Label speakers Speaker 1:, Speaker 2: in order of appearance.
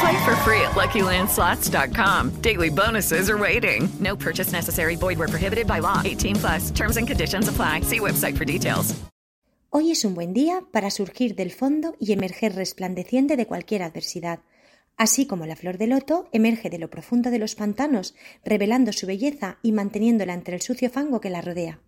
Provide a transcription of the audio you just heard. Speaker 1: Play for free at LuckyLandSlots.com. Daily bonuses are waiting.
Speaker 2: No purchase necessary. Void where prohibited by law. 18 plus. Terms and conditions apply. See website for details.
Speaker 3: Hoy es un buen día para surgir del fondo y emerger resplandeciente de cualquier adversidad. Así como la flor de loto emerge de lo profundo de los pantanos, revelando su belleza y manteniéndola entre el sucio fango que la rodea.